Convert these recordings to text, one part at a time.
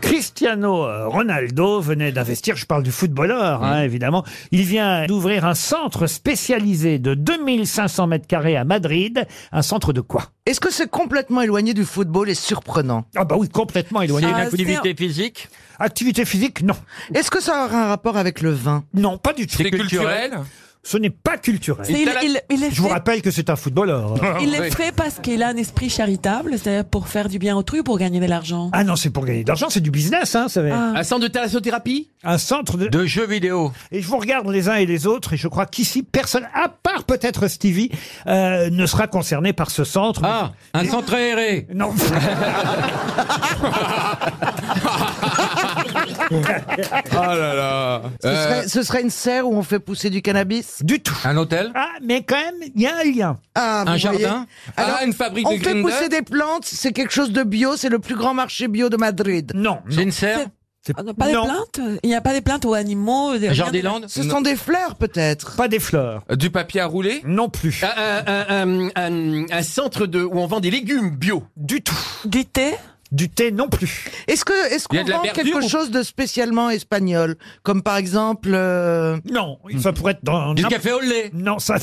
Cristiano Ronaldo venait d'investir, je parle du footballeur Mm. hein, évidemment, il vient d'ouvrir un centre spécialisé de 2500 mètres carrés à Madrid, un centre de quoi Est-ce que c'est complètement éloigné du football et surprenant Ah bah oui, complètement éloigné. C'est une activité physique Activité physique, non. Est-ce que ça aura un rapport avec le vin Non, pas du tout. C'est culturel Ce n'est pas culturel. C'est- Il, il- il est Je vous fait, rappelle que c'est un footballeur. il est fait parce qu'il a un esprit charitable, c'est-à-dire pour faire du bien à autrui ou pour gagner de l'argent. Ah non, c'est pour gagner de l'argent, c'est du business, hein, ça va être Ah. Un centre de thalassothérapie Un centre de... Ah. De jeux vidéo Et je vous regarde les uns et les autres, et je crois qu'ici, personne, à part peut-être Stevie, euh, ne sera concerné par ce centre. Ah, un centre aéré Non. Ah là là Euh. Euh, ce, serait, ce serait une serre où on fait pousser du cannabis du tout. Un hôtel Ah, mais quand même, il y a un lien. ah, Un vous voyez. jardin Alors, Ah, une fabrique On de fait Grindel pousser des plantes, c'est quelque chose de bio, c'est le plus grand marché bio de Madrid. Non. C'est une serre C'est- Ah non, pas non, des plaintes Il n'y a pas des plaintes aux animaux des- Un rien de- jardin Ce sont des fleurs peut-être pas des fleurs. Du papier à rouler Non plus. un, Ah. un- un- un- un centre de, où on vend des légumes bio. Du tout. Du thé Du thé non plus. Est-ce que est-ce Il y a qu'on de la vend verdure quelque ou- chose de spécialement espagnol Comme par exemple... euh, Non. Ça pourrait être dans... Du n'importe- café au lait Non, ça...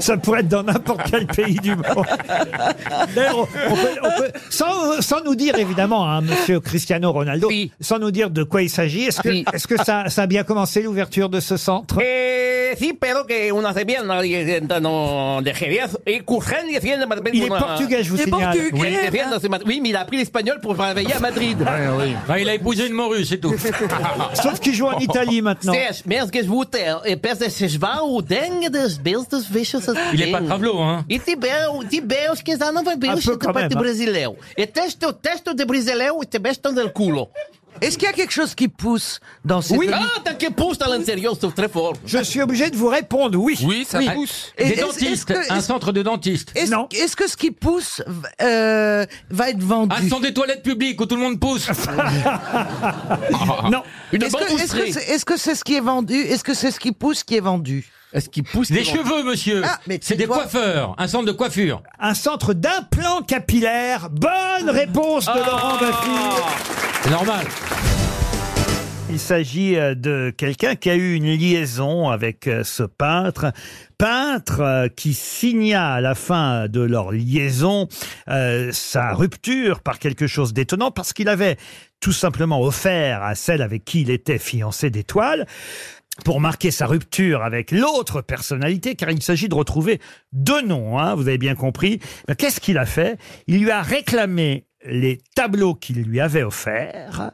ça pourrait être dans n'importe quel pays du monde. D'ailleurs, on peut- on peut- sans, sans nous dire, évidemment, hein, monsieur Cristiano Ronaldo, Oui. sans nous dire de quoi il s'agit, est-ce que, Oui. est-ce que ça, ça a bien commencé l'ouverture de ce centre Eh, sí, pero que una semana no dejé bien. Et Courren, il vient de Madrid. Il est portugais, je vous Des signale. portugais Oui, il vient de Madrid. Oui, mais il a appris l'espagnol pour travailler à Madrid. Enfin, il a épousé une morue, c'est tout. Sauf qu'il joue en Italie maintenant. Zes mensen moeten eh, best eens zwaar hoe denken, dus beeld is vicious as Il est pas ding. travelo, hein E Tibéu, Tibéu, que já não vai bem, Ah, o pouco parte mesmo. brasileiro. E testo, testo de brasileiro, te besto del culo. Est-ce qu'il y a quelque chose qui pousse dans ces Oui. Ah, t'as que pousse à l'intérieur, c'est très fort. Je suis obligé de vous répondre oui. ça Oui. pousse. Et Des est-ce- est-ce dentistes, que- un est-ce- centre de dentistes. Est-ce Non. est-ce que ce qui pousse euh, va être vendu Un centre Ah, des toilettes publiques où tout le monde pousse. Non. Une Est-ce bande que est-ce que poussée. c'est est-ce que c'est ce qui est vendu Est-ce que c'est ce qui pousse qui est vendu Est-ce qu'il pousse Des cheveux, monsieur. Ah, mais tu c'est des vois- coiffeurs. Un centre de coiffure. Un centre d'implant capillaire. Bonne réponse de Laurent Baffy. C'est normal. Il s'agit euh, de quelqu'un qui a eu une liaison avec euh, ce peintre. Peintre euh, qui signa à la fin de leur liaison euh, sa rupture par quelque chose d'étonnant parce qu'il avait tout simplement offert à celle avec qui il était fiancé d'étoiles pour marquer sa rupture avec l'autre personnalité, car il s'agit de retrouver deux noms, hein, vous avez bien compris. Ben, Qu'est-ce qu'il a fait Il lui a réclamé les tableaux qu'il lui avait offerts.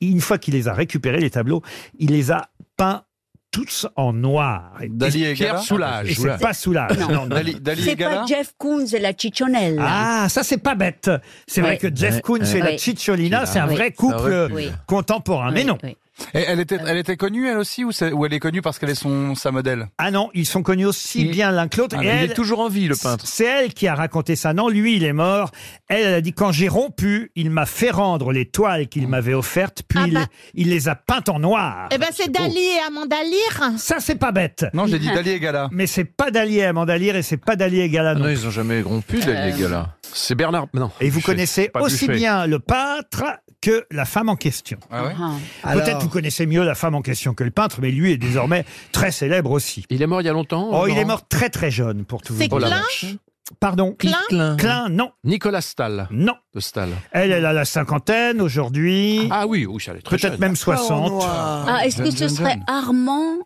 Une fois qu'il les a récupérés, les tableaux, il les a peints tous en noir. Et- Dali et Pierre Gala Et Soulage. c'est pas soulage. Non, non. Dali, Dali C'est et Gala pas Jeff Koons et la Chichonelle. Ah, ça c'est pas bête. C'est vrai Ouais. que Jeff Koons et la Ouais. Cicciolina, c'est un Oui. vrai Ça couple aurait euh, pu. Oui. contemporain. Mais Oui, non. oui. Et elle était, elle était connue elle aussi ou, c'est- ou elle est connue parce qu'elle est son, sa modèle Ah non, ils sont connus aussi Il- bien l'un que l'autre. Ah, Et mais Il elle- est toujours en vie le peintre. C'est elle qui a raconté ça. Non, lui, il est mort. Elle, elle a dit quand j'ai rompu, il m'a fait rendre les toiles qu'il m'avait offertes, puis Ah il, bah. il les a peintes en noir. Eh ben c'est Dali et Amanda Lear. Ça, c'est pas bête. Non, j'ai dit Dali et Gala. Mais c'est pas Dali à Mandalire et c'est pas Dali et Gala non non, ils ont jamais rompu, les, les gars-là. C'est Bernard. Non. Et vous Buffet, connaissez pas aussi Buffet. bien le peintre que la femme en question. Ah ouais Ah. Peut-être vous connaissez mieux la femme en question que le peintre, mais lui est désormais très célèbre aussi. Il est mort il y a longtemps. Oh, euh, il est Laurent mort très très jeune pour tout vous C'est dire. Oh la Klein vache. Pardon Klein Klein, non, Nicolas Stahl. non. De Stahl. Elle, elle a la cinquantaine aujourd'hui, Ah oui, oui, ça allait très peut-être jeune. même Oh, 60. noir. Ah, est-ce que John, ce John, serait John. Armand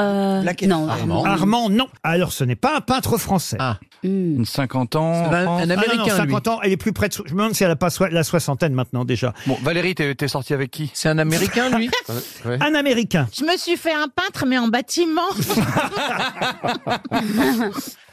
euh, Laquelle Non, Armand. Armand, non. Alors, ce n'est pas un peintre français. Ah, Hmm. Une 50 ans. en Un, France. un Ah non, non, américain, lui. 50 ans, elle est plus près de... so- Je me demande si elle a pas soi- la soixantaine maintenant déjà. Bon, Valérie, t'es t'es sortie avec qui C'est un américain, lui Ouais. Un Américain. Je me suis fait un peintre mais en bâtiment.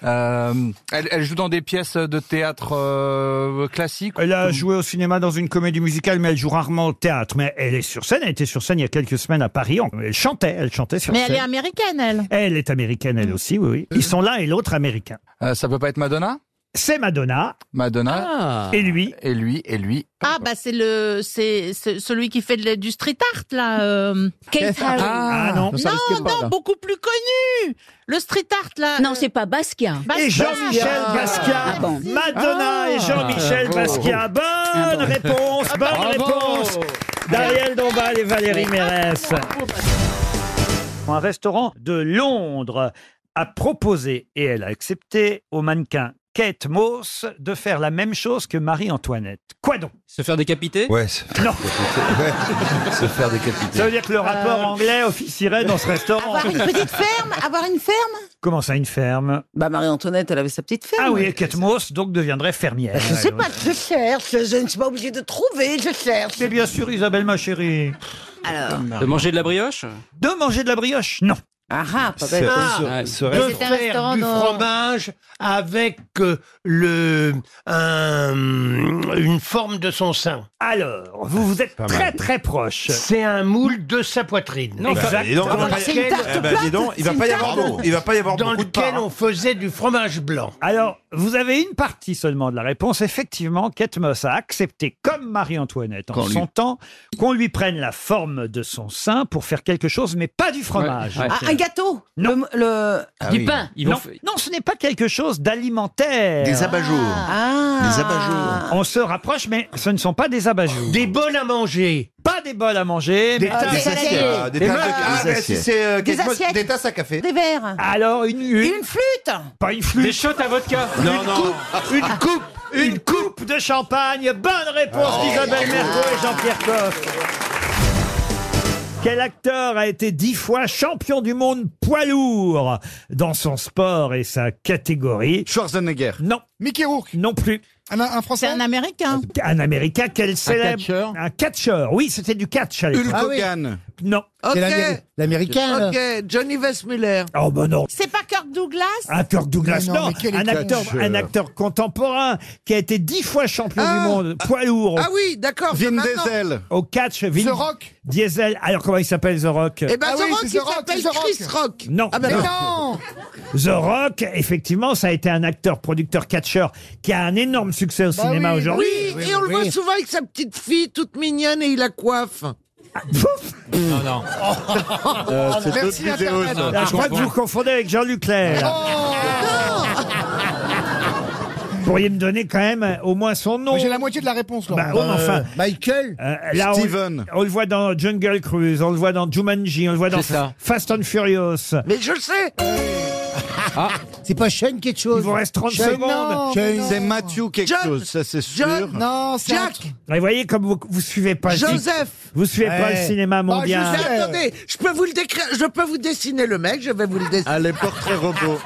Euh, elle, elle joue dans des pièces de théâtre euh, classiques Elle a joué au cinéma dans une comédie musicale, mais elle joue rarement au théâtre. Mais elle est sur scène, elle était sur scène il y a quelques semaines à Paris. On- Elle chantait, elle chantait sur mais elle scène. est américaine elle. Elle est américaine, elle aussi, oui, oui. Ils sont l'un et l'autre américains. Euh, ça peut pas être Madonna C'est Madonna Madonna Ah. et lui. et lui et lui. Ah bah c'est le c'est c'est celui qui fait de- du street art là. euh. Kate Harry. Ah, non. ça non risquait pas, non là. beaucoup plus connu. Le street art Ah. là. Non, c'est pas Basquiat. Bastard. Et Jean-Michel Basquiat. Ah bon. Madonna et Jean-Michel Basquiat. Bonne Bonne réponse, bonne réponse d'Ariel Dombal et Valérie Mérès. Un restaurant de Londres a proposé, et elle a accepté, au mannequin Kate Moss de faire la même chose que Marie-Antoinette. Quoi donc Se faire décapiter Ouais, se faire Non. décapiter. Ouais, se faire décapiter. Ça veut dire que le rapport Euh. anglais officierait dans ce restaurant. Avoir une petite ferme Ah, bah, Avoir une ferme Comment ça, une ferme Bah, Marie-Antoinette, elle avait sa petite ferme. Ah oui, et Kate Moss donc deviendrait fermière. Je sais pas, je cherche, je ne suis pas obligée de trouver, je cherche. Mais bien sûr, Isabelle, ma chérie. Alors De manger de la brioche De manger de la brioche Non. Ah ah, pas C'est- bête. Ah, de C'était un faire restaurant du dans- fromage avec euh, le un- une forme de son sein. Alors, vous vous êtes très très proche. C'est un moule de sa poitrine. Non, Exact. bah, dis donc, Dans il va Ah, pas- lequel- Eh ben, dis plate. donc, il va C'est pas y une avoir tarte. beaucoup- il va pas y avoir dans beaucoup de lequel parts, hein. on faisait du fromage blanc. Alors, vous avez une partie seulement de la réponse. Effectivement, Kate Moss a accepté, comme Marie-Antoinette en Qu'on son lui- temps, qu'on lui prenne la forme de son sein pour faire quelque chose, mais pas du fromage. Ah, un gâteau Non. Le, le- Ah oui. non, non, ce n'est pas quelque chose d'alimentaire. Des abat-jours. Ah. Des abat-jours. On se rapproche, mais ce ne sont pas des abat-jours. Des bols à manger. Pas des bols à manger. Des mais- tasses. Des assiettes. Ah, des tasses de- meufs. ah, Des mais si assiettes. c'est, euh, Des quelque chose- assiettes. des tasses à café. Des verres. Alors, une, une, flûte. Pas une flûte. Des shots à vodka une coupe, une coupe, Ah. une coupe de champagne. Bonne réponse Oh. d'Isabelle Mergo et Jean-Pierre Coff. Quel acteur a été dix fois champion du monde poids lourd dans son sport et sa catégorie Schwarzenegger. Non. Mickey Rourke. Non plus. Un, français. un américain. Un américain, quel célèbre. catcheur. Un catcheur. Oui, c'était du catch à l'époque. Hulk Ah oui. Hogan. Non. C'est l'Amérique- l'américain, là. Johnny Westmuller. Oh, bah non. C'est pas Kirk Douglas Un Kirk Douglas, Mais non, non, mais quel un, éclat de acteur, jeu. un acteur contemporain qui a été dix fois champion du monde, poids lourd. Ah oui, d'accord. Oh. Vin maintenant. Diesel. Au catch, Vin The Rock. Diesel. Alors, comment il s'appelle, The Rock Eh ben, The Rock, il s'appelle Chris Rock. Non. Ah ben Non. non. The Rock, effectivement, ça a été un acteur, producteur, catcheur qui a un énorme succès au cinéma aujourd'hui. Bah Oui, et on le voit souvent avec sa petite fille toute mignonne et il la coiffe. Non, non. Euh, c'est Merci, deux plus Internet. zéro, ça. Ah, je crois que vous vous confondez avec Jean-Luc Clerc. Oh. Vous pourriez me donner quand même euh, au moins son nom. J'ai la moitié de la réponse, Laurent. Bah, oh, mais enfin, Michael Euh, là, on- On, le voit dans Jungle Cruise, on le voit dans Jumanji, on le voit dans C'est ça. Fast and Furious. Mais je le sais. C'est pas Shane quelque chose. Ah. Il vous reste 30 secondes. Oh, C'est Matthew quelque chose, ça c'est sûr. Non, c'est Jack. Et vous voyez comme vous, vous suivez pas. le- Joseph. Vous suivez pas le Ouais. Bah, cinéma Bon, mondial. je sais, attendez, je peux vous le décrire, je peux vous dessiner le mec, je vais vous le dessiner. Allez, portrait robot.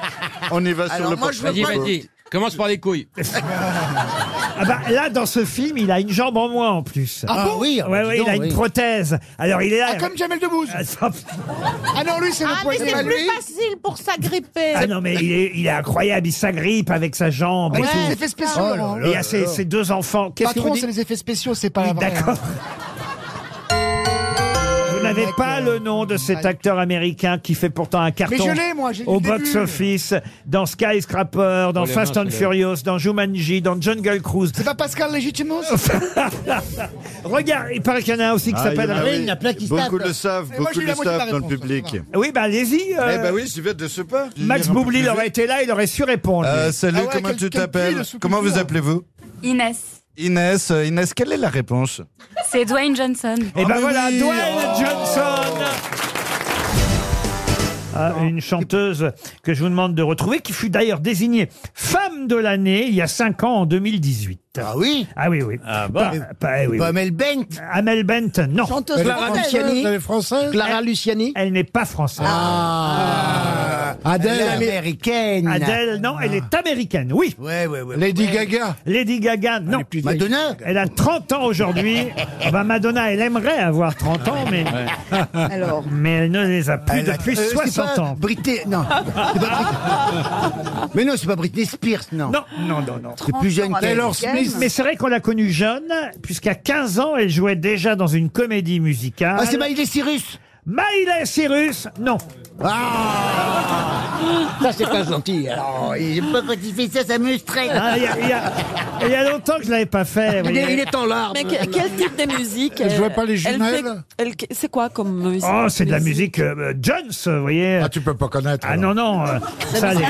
On y va Alors, moi, je veux Vas-y, pas- vas-y. Commence par les couilles. Ah bah, là, dans ce film, il a une jambe en moins en plus. Ah bon Oui, ah Ouais, bah, dis ouais, donc, il a une oui. prothèse. Alors il est là. Ah, comme Jamel Debbouze. Ah non, lui c'est Ah, le mais poignet. c'est plus facile pour s'agripper. Ah non, mais il est, il est incroyable, il s'agrippe avec sa jambe. et Ouais, tout. les effets spéciaux, Oh là Laurent. là Il y a ses, là. ses deux enfants. Qu'est-ce que vous Patron, dites c'est les effets spéciaux, c'est pas la vraie. hein. D'accord. Vous n'avez pas le nom de cet acteur américain qui fait pourtant un carton je l'ai, moi, j'ai au le début. box-office, dans Skyscraper, dans Oh, les Fast mains, and c'est Furious, dans Jumanji, dans Jungle Cruise. C'est pas Pascal Légitimos Regarde, il paraît qu'il y en a un Ah, aussi qui s'appelle... Beaucoup le savent, Mais moi, beaucoup j'ai eu le la moitié de la savent dans le réponse, public. Oui, bah allez-y. euh, Eh ben oui, je vais de ce pas. Max Boublil aurait été là, il aurait su répondre. Euh, salut, Ah ouais, comment quel- tu quel t'appelles pied, le Comment vous sous-culture. appelez-vous Inès. Inès. euh, Inès, quelle est la réponse C'est Dwayne Johnson. Et ben mais voilà, oui Dwayne Oh Johnson Ah, une chanteuse que je vous demande de retrouver, qui fut d'ailleurs désignée femme de l'année il y a 5 ans, en 2018. Ah oui Ah oui, oui. Ah bon Pas Amel Bent Amel Bent, non. Chanteuse Clara française. Luciani euh, Elle est française Clara Luciani Elle n'est pas française. Ah Adèle. Elle est américaine. Adèle, non, elle est américaine, oui. Lady Gaga. Lady Gaga, non. Madonna Elle a 30 ans aujourd'hui. Ah bah, Madonna, elle aimerait avoir 30 ans, mais... Alors Mais elle ne les a plus Elle a- depuis euh, c'est 60 pas ans. Britney, non. C'est pas Britney. Mais non, c'est pas Britney Spears, non. Non, non, non, non. C'est plus jeune qu'elle. Mais c'est vrai qu'on l'a connue jeune, puisqu'à 15 ans, elle jouait déjà dans une comédie Ah, musicale. Ah, c'est Miley Cyrus. Miley Cyrus, non. Ah Ça, c'est pas gentil. Alors, il- je sais pas quand il fait ça, ça me stresse. Ah, il y a- il y a- Il y a longtemps que je l'avais pas fait. vous Il est- voyez. il est en larmes. Mais que- quel type de musique Je euh, vois pas les elle jumelles. fait- elle- C'est quoi comme musique Oh, c'est de la musique euh, Jones, vous voyez. Ah, tu peux pas connaître. Ah non, non. euh, ça, les-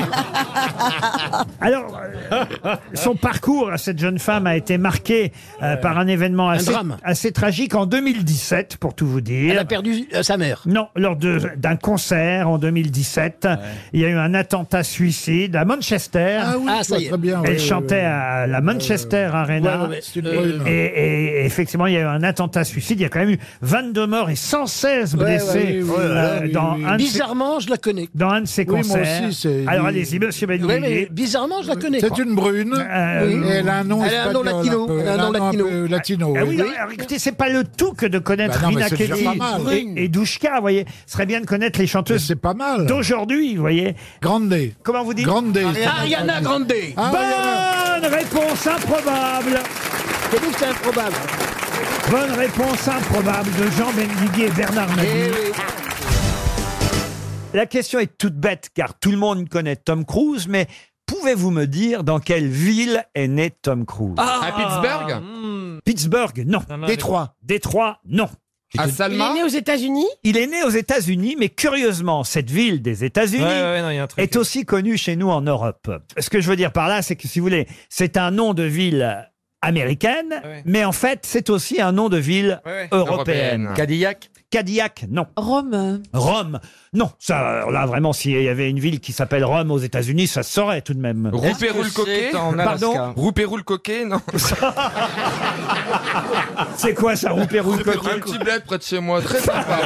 Alors, euh, son parcours à cette jeune femme a été marqué euh, par un événement assez, drame. assez tragique en 2017, pour tout vous dire. Elle a perdu euh, sa mère. Non, lors de- d'un concert en 2017, il y a eu un attentat suicide à Manchester. Ah oui, Ah, je ça vois y est. très bien, Elle oui, oui, chantait oui. à la Manchester Arena. Ouais, ouais, c'est une brume. et, et effectivement, il y a eu un attentat suicide. Il y a quand même eu 22 morts et 116 blessés euh, dans un de ces- Bizarrement, je la connais. dans un de ses Oui, moi concerts. aussi, c'est- Alors allez-y, monsieur Oui, Benguigui. mais bizarrement, je la connais. C'est une brune. Euh, Oui. et elle a un nom Elle a un nom espagnol, un latino. peu. Elle a un nom latino. Ah oui, alors, écoutez, c'est pas le tout que de connaître Bah non, mais Rina c'est déjà Kelly pas mal. et, et Douchka, vous voyez. Ce serait bien de connaître les chanteuses. C'est pas mal. D'aujourd'hui, vous voyez. Grande. Comment vous dites Grande. Ah, Ariana Grande. Bonne réponse improbable. Je trouve que c'est improbable. Bonne réponse improbable de Jean Benguigui et Bernard Eh Eh Mabille. La question est toute bête car tout le monde connaît Tom Cruise, mais pouvez-vous me dire dans quelle ville est né Tom Cruise À Pittsburgh Pittsburgh, non. Non, non, Détroit. Détroit, non. À Salma Il est né aux États-Unis Il est né aux États-Unis, mais curieusement, cette ville des États-Unis Ouais, ouais, non, il y a un truc. euh. est aussi connue chez nous en Europe. Ce que je veux dire par là, c'est que si vous voulez, c'est un nom de ville américaine, mais en fait, c'est aussi un nom de ville Ouais, ouais. européenne. Européenne. Cadillac Cadillac, non. Rome. Rome. Non, ça, alors là, vraiment, s'il y avait une ville qui s'appelle Rome aux États-Unis, ça se saurait tout de même. Rouperoule coquet Pardon Rouperoule coquet, non C'est quoi ça, Rouperoule coquet Un petit bled près de chez moi, très sympa.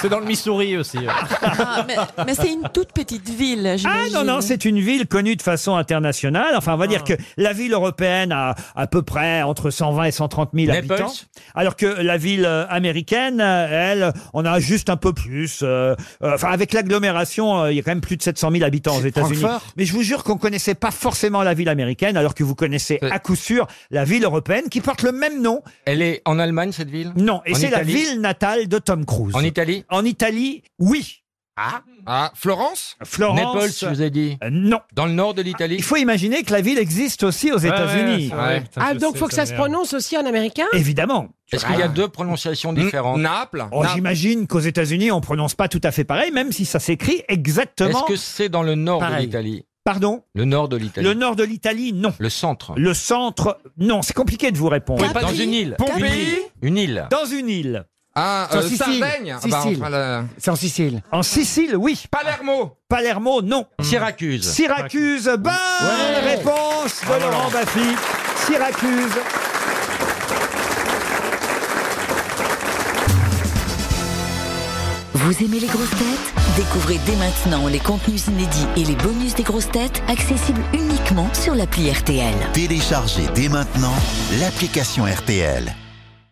C'est dans le Missouri aussi. Ah, mais mais c'est une toute petite ville. Ah non, hein non, c'est une ville connue de façon internationale. Enfin, on va Ah. dire que la ville européenne a à peu près entre 120 et 130 000 Naples habitants. Alors que la ville euh, américaine, euh, elle, on a juste un peu plus. euh, euh, enfin, avec l'agglomération, euh, il y a quand même plus de 700 000 habitants aux États-Unis. Francfort Mais je vous jure qu'on connaissait pas forcément la ville américaine, alors que vous connaissez Euh. à coup sûr la ville européenne qui porte le même nom. Elle est en Allemagne, cette ville Non, et En c'est la Italie ville natale de Tom Cruise. En Italie En Italie, oui. Ah, ah Florence Florence. euh, Naples, je vous ai dit. non. Dans le nord de l'Italie Il faut imaginer que la ville existe aussi aux Ouais, ouais, États-Unis. c'est vrai, putain, Ah, donc faut que ça se prononce aussi en américain Évidemment. Est-ce qu'il y a deux prononciations différentes Naples Oh, J'imagine qu'aux États-Unis, on prononce pas tout à fait pareil, même si ça s'écrit exactement. Est-ce que c'est dans le nord de l'Italie Pardon Le nord de l'Italie. Le nord de l'Italie, non. Le centre. Le centre, non. C'est compliqué de vous répondre. Capri Dans une île. Une Capri île. Une île. Dans une île. Ah, euh, Sardaigne Ah bah, enfin, la- C'est en Sicile. En Sicile, oui. Palermo. Palermo, non. Hmm. Syracuse. Syracuse, bonne Ouais. réponse Ah, de voilà. Laurent Baffy. Syracuse. Vous aimez les grosses têtes Découvrez dès maintenant les contenus inédits et les bonus des grosses têtes accessibles uniquement sur l'appli RTL. Téléchargez dès maintenant l'application RTL.